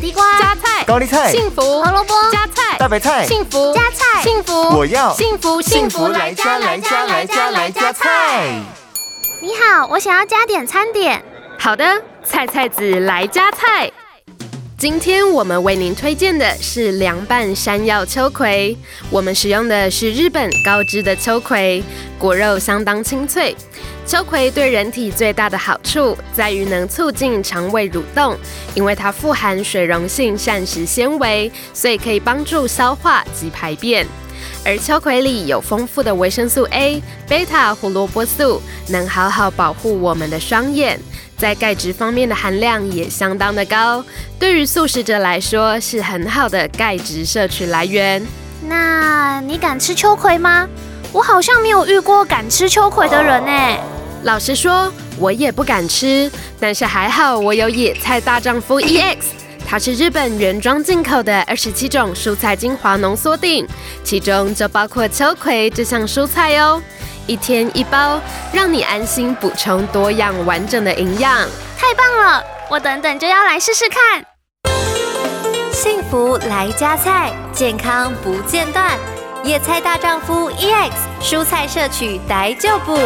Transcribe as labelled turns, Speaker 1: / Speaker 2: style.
Speaker 1: 地瓜、
Speaker 2: 加菜、
Speaker 3: 高丽菜、
Speaker 2: 幸福、
Speaker 1: 胡萝卜、
Speaker 2: 加菜、
Speaker 3: 大白菜、
Speaker 2: 幸福、
Speaker 1: 加菜
Speaker 2: 幸福，
Speaker 3: 我要
Speaker 2: 幸福
Speaker 3: 幸福来家来家来家来家菜。
Speaker 1: 你好，我想要加点餐点。
Speaker 2: 好的，菜菜子来加菜。今天我们为您推荐的是凉拌山药秋葵，我们使用的是日本高知的秋葵，果肉相当清脆。秋葵对人体最大的好处在于能促进肠胃蠕动，因为它富含水溶性膳食纤维，所以可以帮助消化及排便。而秋葵里有丰富的维生素 A、贝塔胡萝卜素，能好好保护我们的双眼。在钙质方面的含量也相当的高，对于素食者来说是很好的钙质摄取来源。
Speaker 1: 那你敢吃秋葵吗？我好像没有遇过敢吃秋葵的人呢、
Speaker 2: 老实说，我也不敢吃，但是还好我有野菜大丈夫 EX，它是日本原装进口的二十七种蔬菜精华浓缩定，其中就包括秋葵这项蔬菜哦。一天一包，让你安心补充多样完整的营养。
Speaker 1: 太棒了，我等等就要来试试看。
Speaker 4: 幸福来加菜，健康 E 不间断。野菜大丈夫 EX，蔬菜摄取逮就补。